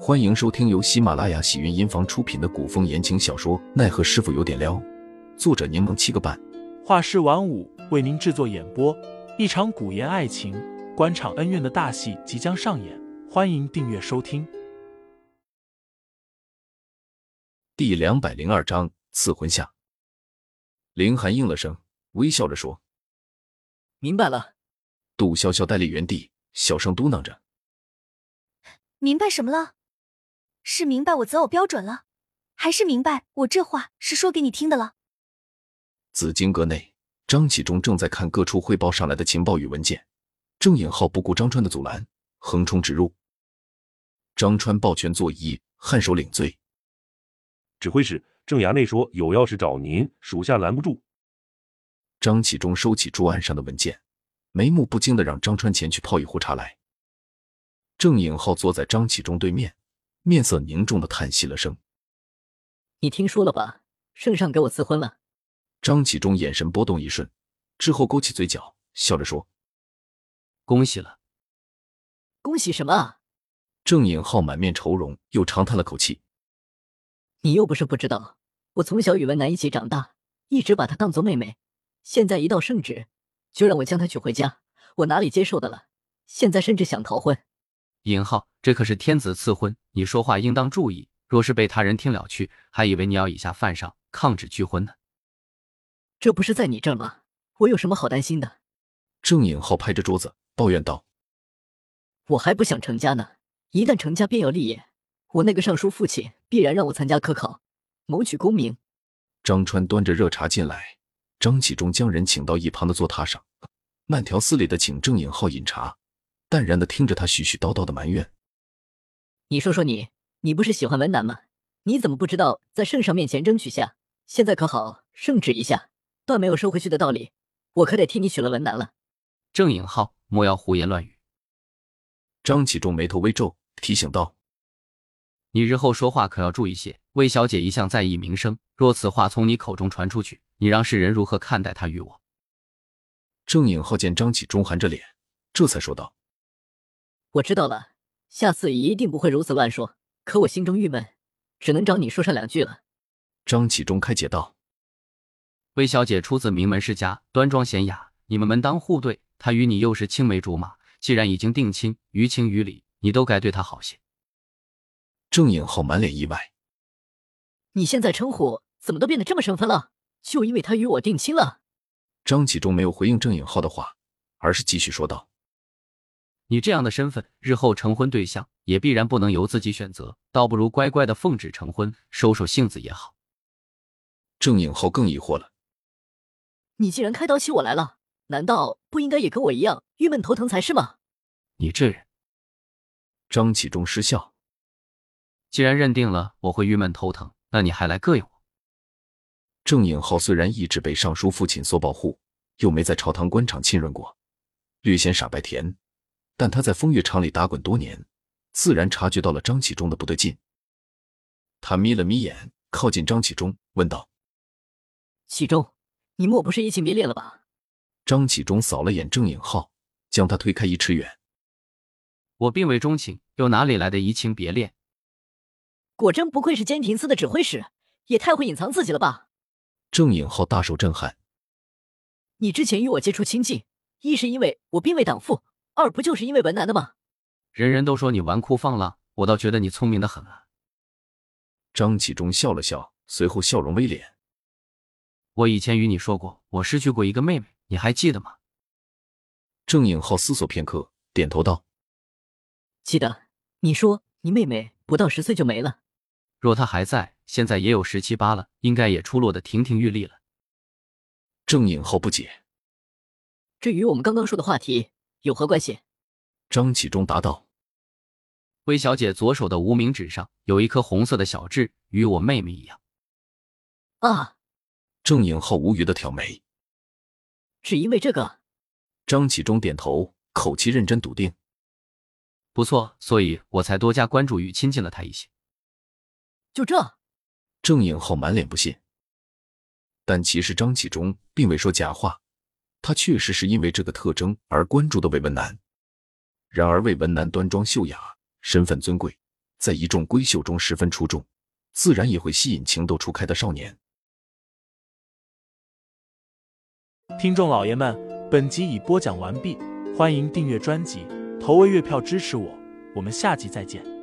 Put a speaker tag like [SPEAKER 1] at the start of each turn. [SPEAKER 1] 欢迎收听由喜马拉雅喜云音房出品的古风言情小说《奈何师傅有点撩》，作者柠檬七个半，
[SPEAKER 2] 画师晚舞为您制作演播。一场古言爱情、官场恩怨的大戏即将上演，欢迎订阅收听。
[SPEAKER 1] 第两百零二章赐婚下。凌寒应了声，微笑着说
[SPEAKER 3] 明白了，：“
[SPEAKER 1] 杜潇潇呆立原地，小声嘟囔着。
[SPEAKER 4] 明白什么了？是明白我择偶标准了，还是明白我这话是说给你听的了？”
[SPEAKER 1] 紫金阁内，张启忠正在看各处汇报上来的情报与文件。郑颖浩不顾张川的阻拦，横冲直入。张川抱拳作揖，颔首领罪。
[SPEAKER 5] 指挥使，郑衙内说有要事找您，属下拦不住。
[SPEAKER 1] 张启忠收起桌案上的文件，眉目不惊的让张川前去泡一壶茶来。郑颖浩坐在张启忠对面，面色凝重的叹息了声。
[SPEAKER 3] 你听说了吧？圣上给我赐婚了。
[SPEAKER 1] 张启忠眼神波动一瞬，之后勾起嘴角，笑着说
[SPEAKER 6] 恭喜了，
[SPEAKER 3] 恭喜什么啊？：“
[SPEAKER 1] 郑颖浩满面愁容，又长叹了口气。
[SPEAKER 3] 你又不是不知道，我从小与文楠一起长大，一直把她当做妹妹。现在一到圣旨，就让我将她娶回家，我哪里接受的了？现在甚至想逃婚。
[SPEAKER 6] 尹浩，这可是天子赐婚，你说话应当注意，若是被他人听了去，还以为你要以下犯上，抗旨拒婚呢。
[SPEAKER 3] 这不是在你这儿吗？我有什么好担心的？
[SPEAKER 1] 郑颖浩拍着桌子抱怨道
[SPEAKER 3] 我还不想成家呢，一旦成家便要立业。我那个尚书父亲必然让我参加科考，谋取功名。：“
[SPEAKER 1] 张川端着热茶进来，张启忠将人请到一旁的座榻上，慢条斯理的请郑颖浩饮茶，淡然的听着他絮絮叨叨的埋怨。”
[SPEAKER 3] 你说说你，你不是喜欢文楠吗？你怎么不知道在圣上面前争取下？现在可好，圣旨一下，断没有收回去的道理。我可得替你娶了文楠了。
[SPEAKER 6] 郑尹浩，莫要胡言乱语，
[SPEAKER 1] 张启忠眉头微皱，提醒道
[SPEAKER 6] 你日后说话可要注意些。魏小姐一向在意名声，若此话从你口中传出去，你让世人如何看待她与我？：“
[SPEAKER 1] 郑颖浩见张启忠含着脸，这才说道。
[SPEAKER 3] 我知道了，下次一定不会如此乱说。可我心中郁闷，只能找你说上两句了。
[SPEAKER 1] 张启忠开解道
[SPEAKER 6] 魏小姐出自名门世家，端庄娴雅，你们门当户对，她与你又是青梅竹马，既然已经定亲，于情于理，你都该对她好些。：‘
[SPEAKER 1] 郑颖浩满脸意外。
[SPEAKER 3] 你现在称呼怎么都变得这么生分了？就因为他与我定亲了？’
[SPEAKER 1] 张启忠没有回应郑颖浩的话，而是继续说道
[SPEAKER 6] 你这样的身份，日后成婚对象也必然不能由自己选择，倒不如乖乖的奉旨成婚，收收性子也好。：‘
[SPEAKER 1] 郑颖浩更疑惑了。
[SPEAKER 3] 你既然开导起我来了，难道不应该也跟我一样郁闷头疼才是吗？
[SPEAKER 6] 你这人，
[SPEAKER 1] 张启忠失笑。
[SPEAKER 6] 既然认定了我会郁闷头疼，那你还来膈应我？
[SPEAKER 1] 郑颖浩虽然一直被尚书父亲所保护，又没在朝堂官场浸润过，略显傻白甜，但他在风月场里打滚多年，自然察觉到了张启忠的不对劲。他眯了眯眼，靠近张启忠，问道。
[SPEAKER 3] 启忠，你莫不是移情别恋了吧？
[SPEAKER 1] 张启忠扫了眼郑颖浩，将他推开一尺远。
[SPEAKER 6] 我并未钟情，又哪里来的移情别恋？
[SPEAKER 3] 果真不愧是监亭司的指挥使，也太会隐藏自己了吧？
[SPEAKER 1] 郑颖浩大受震撼。
[SPEAKER 3] 你之前与我接触亲近，一是因为我并未党父，二不就是因为文楠的吗？
[SPEAKER 6] 人人都说你纨绔放浪，我倒觉得你聪明的很啊。
[SPEAKER 1] 张启忠笑了笑，随后笑容微敛。
[SPEAKER 6] 我以前与你说过，我失去过一个妹妹，你还记得吗？
[SPEAKER 1] 郑颖浩思索片刻，点头道
[SPEAKER 3] 记得你说你妹妹不到十岁就没了，
[SPEAKER 6] 若她还在，现在也有十七八了，应该也出落得亭亭玉立了。：“
[SPEAKER 1] 郑颖浩不解。
[SPEAKER 3] 这与我们刚刚说的话题有何关系？”
[SPEAKER 1] 张启忠答道
[SPEAKER 6] 魏小姐左手的无名指上有一颗红色的小痣，与我妹妹一样。
[SPEAKER 3] 啊，：“
[SPEAKER 1] 郑颖浩无语的挑眉。
[SPEAKER 3] 只因为这个？”
[SPEAKER 1] 张启忠点头，口气认真笃定。
[SPEAKER 6] 不错，所以我才多加关注与亲近了她一些。
[SPEAKER 3] 就这？
[SPEAKER 1] 郑颖浩满脸不信，但其实张启忠并未说假话，他确实是因为这个特征而关注的魏文南。然而，魏文南端庄秀雅，身份尊贵，在一众闺秀中十分出众，自然也会吸引情窦初开的少年。
[SPEAKER 2] 听众老爷们，本集已播讲完毕，欢迎订阅专辑，投喂月票支持我，我们下集再见。